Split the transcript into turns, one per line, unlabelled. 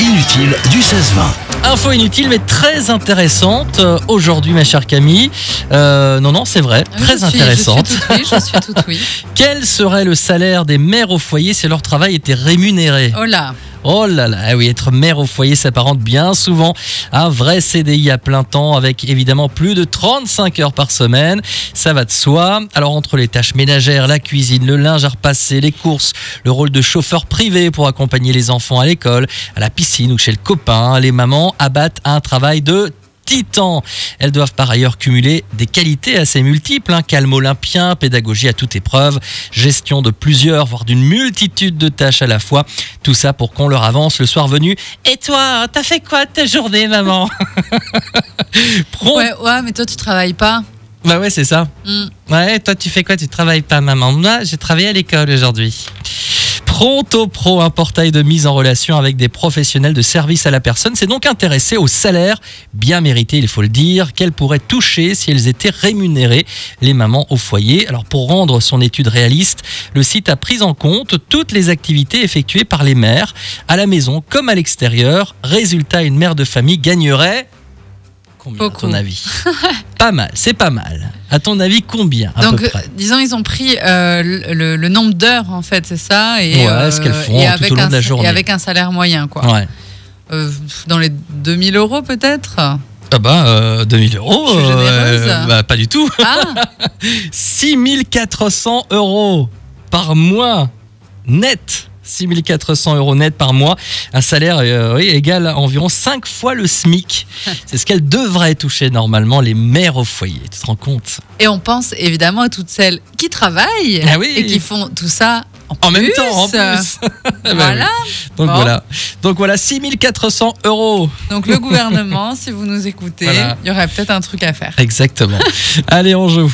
inutile du 16-20.
Info inutile mais très intéressante euh, aujourd'hui ma chère Camille. Euh, non non c'est vrai,
Ah Oui,
très
je suis-
intéressante.
je suis tout oui, je suis tout oui.
Quel serait le salaire des mères au foyer si leur travail était rémunéré
Oh là,
Oh là là, ah oui, être mère au foyer s'apparente bien souvent à un vrai CDI à plein temps avec évidemment plus de 35 heures par semaine. Ça va de soi. Alors entre les tâches ménagères, la cuisine, le linge à repasser, les courses, le rôle de chauffeur privé pour accompagner les enfants à l'école, à la piscine ou chez le copain, les mamans abattent un travail de titan. Elles doivent par ailleurs cumuler des qualités assez multiples, hein, calme olympien, pédagogie à toute épreuve, gestion de plusieurs, voire d'une multitude de tâches à la fois. Tout ça pour qu'on leur avance le soir venu. Et toi, hein, t'as fait quoi de ta journée, maman Prompt-
ouais, ouais, mais toi tu travailles pas.
Bah ouais, c'est ça.
Hmm.
Ouais, toi, tu fais quoi Tu travailles pas, maman Moi, j'ai travaillé à l'école aujourd'hui. Pronto Pro, un portail de mise en relation avec des professionnels de service à la personne, s'est donc intéressé au salaire, bien mérité, il faut le dire, qu'elles pourraient toucher si elles étaient rémunérées, les mamans au foyer. Alors, pour rendre son étude réaliste, le site a pris en compte toutes les activités effectuées par les mères, à la maison comme à l'extérieur. Résultat, une mère de famille gagnerait. Combien, à ton
Beaucoup.
avis Pas mal, c'est pas mal. À ton avis, combien à
Donc,
peu près
euh, disons, ils ont pris euh, le, le- le nombre d'heures en fait, c'est ça et, euh,
Ouais, ce qu'elles font
et
tout au
avec
long de
un,
la journée.
Et avec un salaire moyen, quoi.
Ouais.
Euh, pff, dans les 2000 euros peut-être
Ah bah, euh, 2000 euros.
Je suis
euh,
généreuse.
bah, pas du tout.
Ah,
6400 euros par mois net. 6400 euros net par mois, un salaire euh, oui, égal à environ 5 fois le SMIC. C'est ce qu'elles devraient toucher normalement, les mères au foyer. Tu te rends compte
et on pense évidemment à toutes celles qui travaillent
Ah oui.
et qui font tout ça en,
En même
plus.
temps, en plus.
Euh,
Bah
Voilà.
oui. Donc
Bon.
voilà. Donc voilà, 6400 euros.
Donc le gouvernement, si vous nous écoutez, il
Voilà.
y aurait peut-être un truc à faire.
Exactement. Allez, on joue.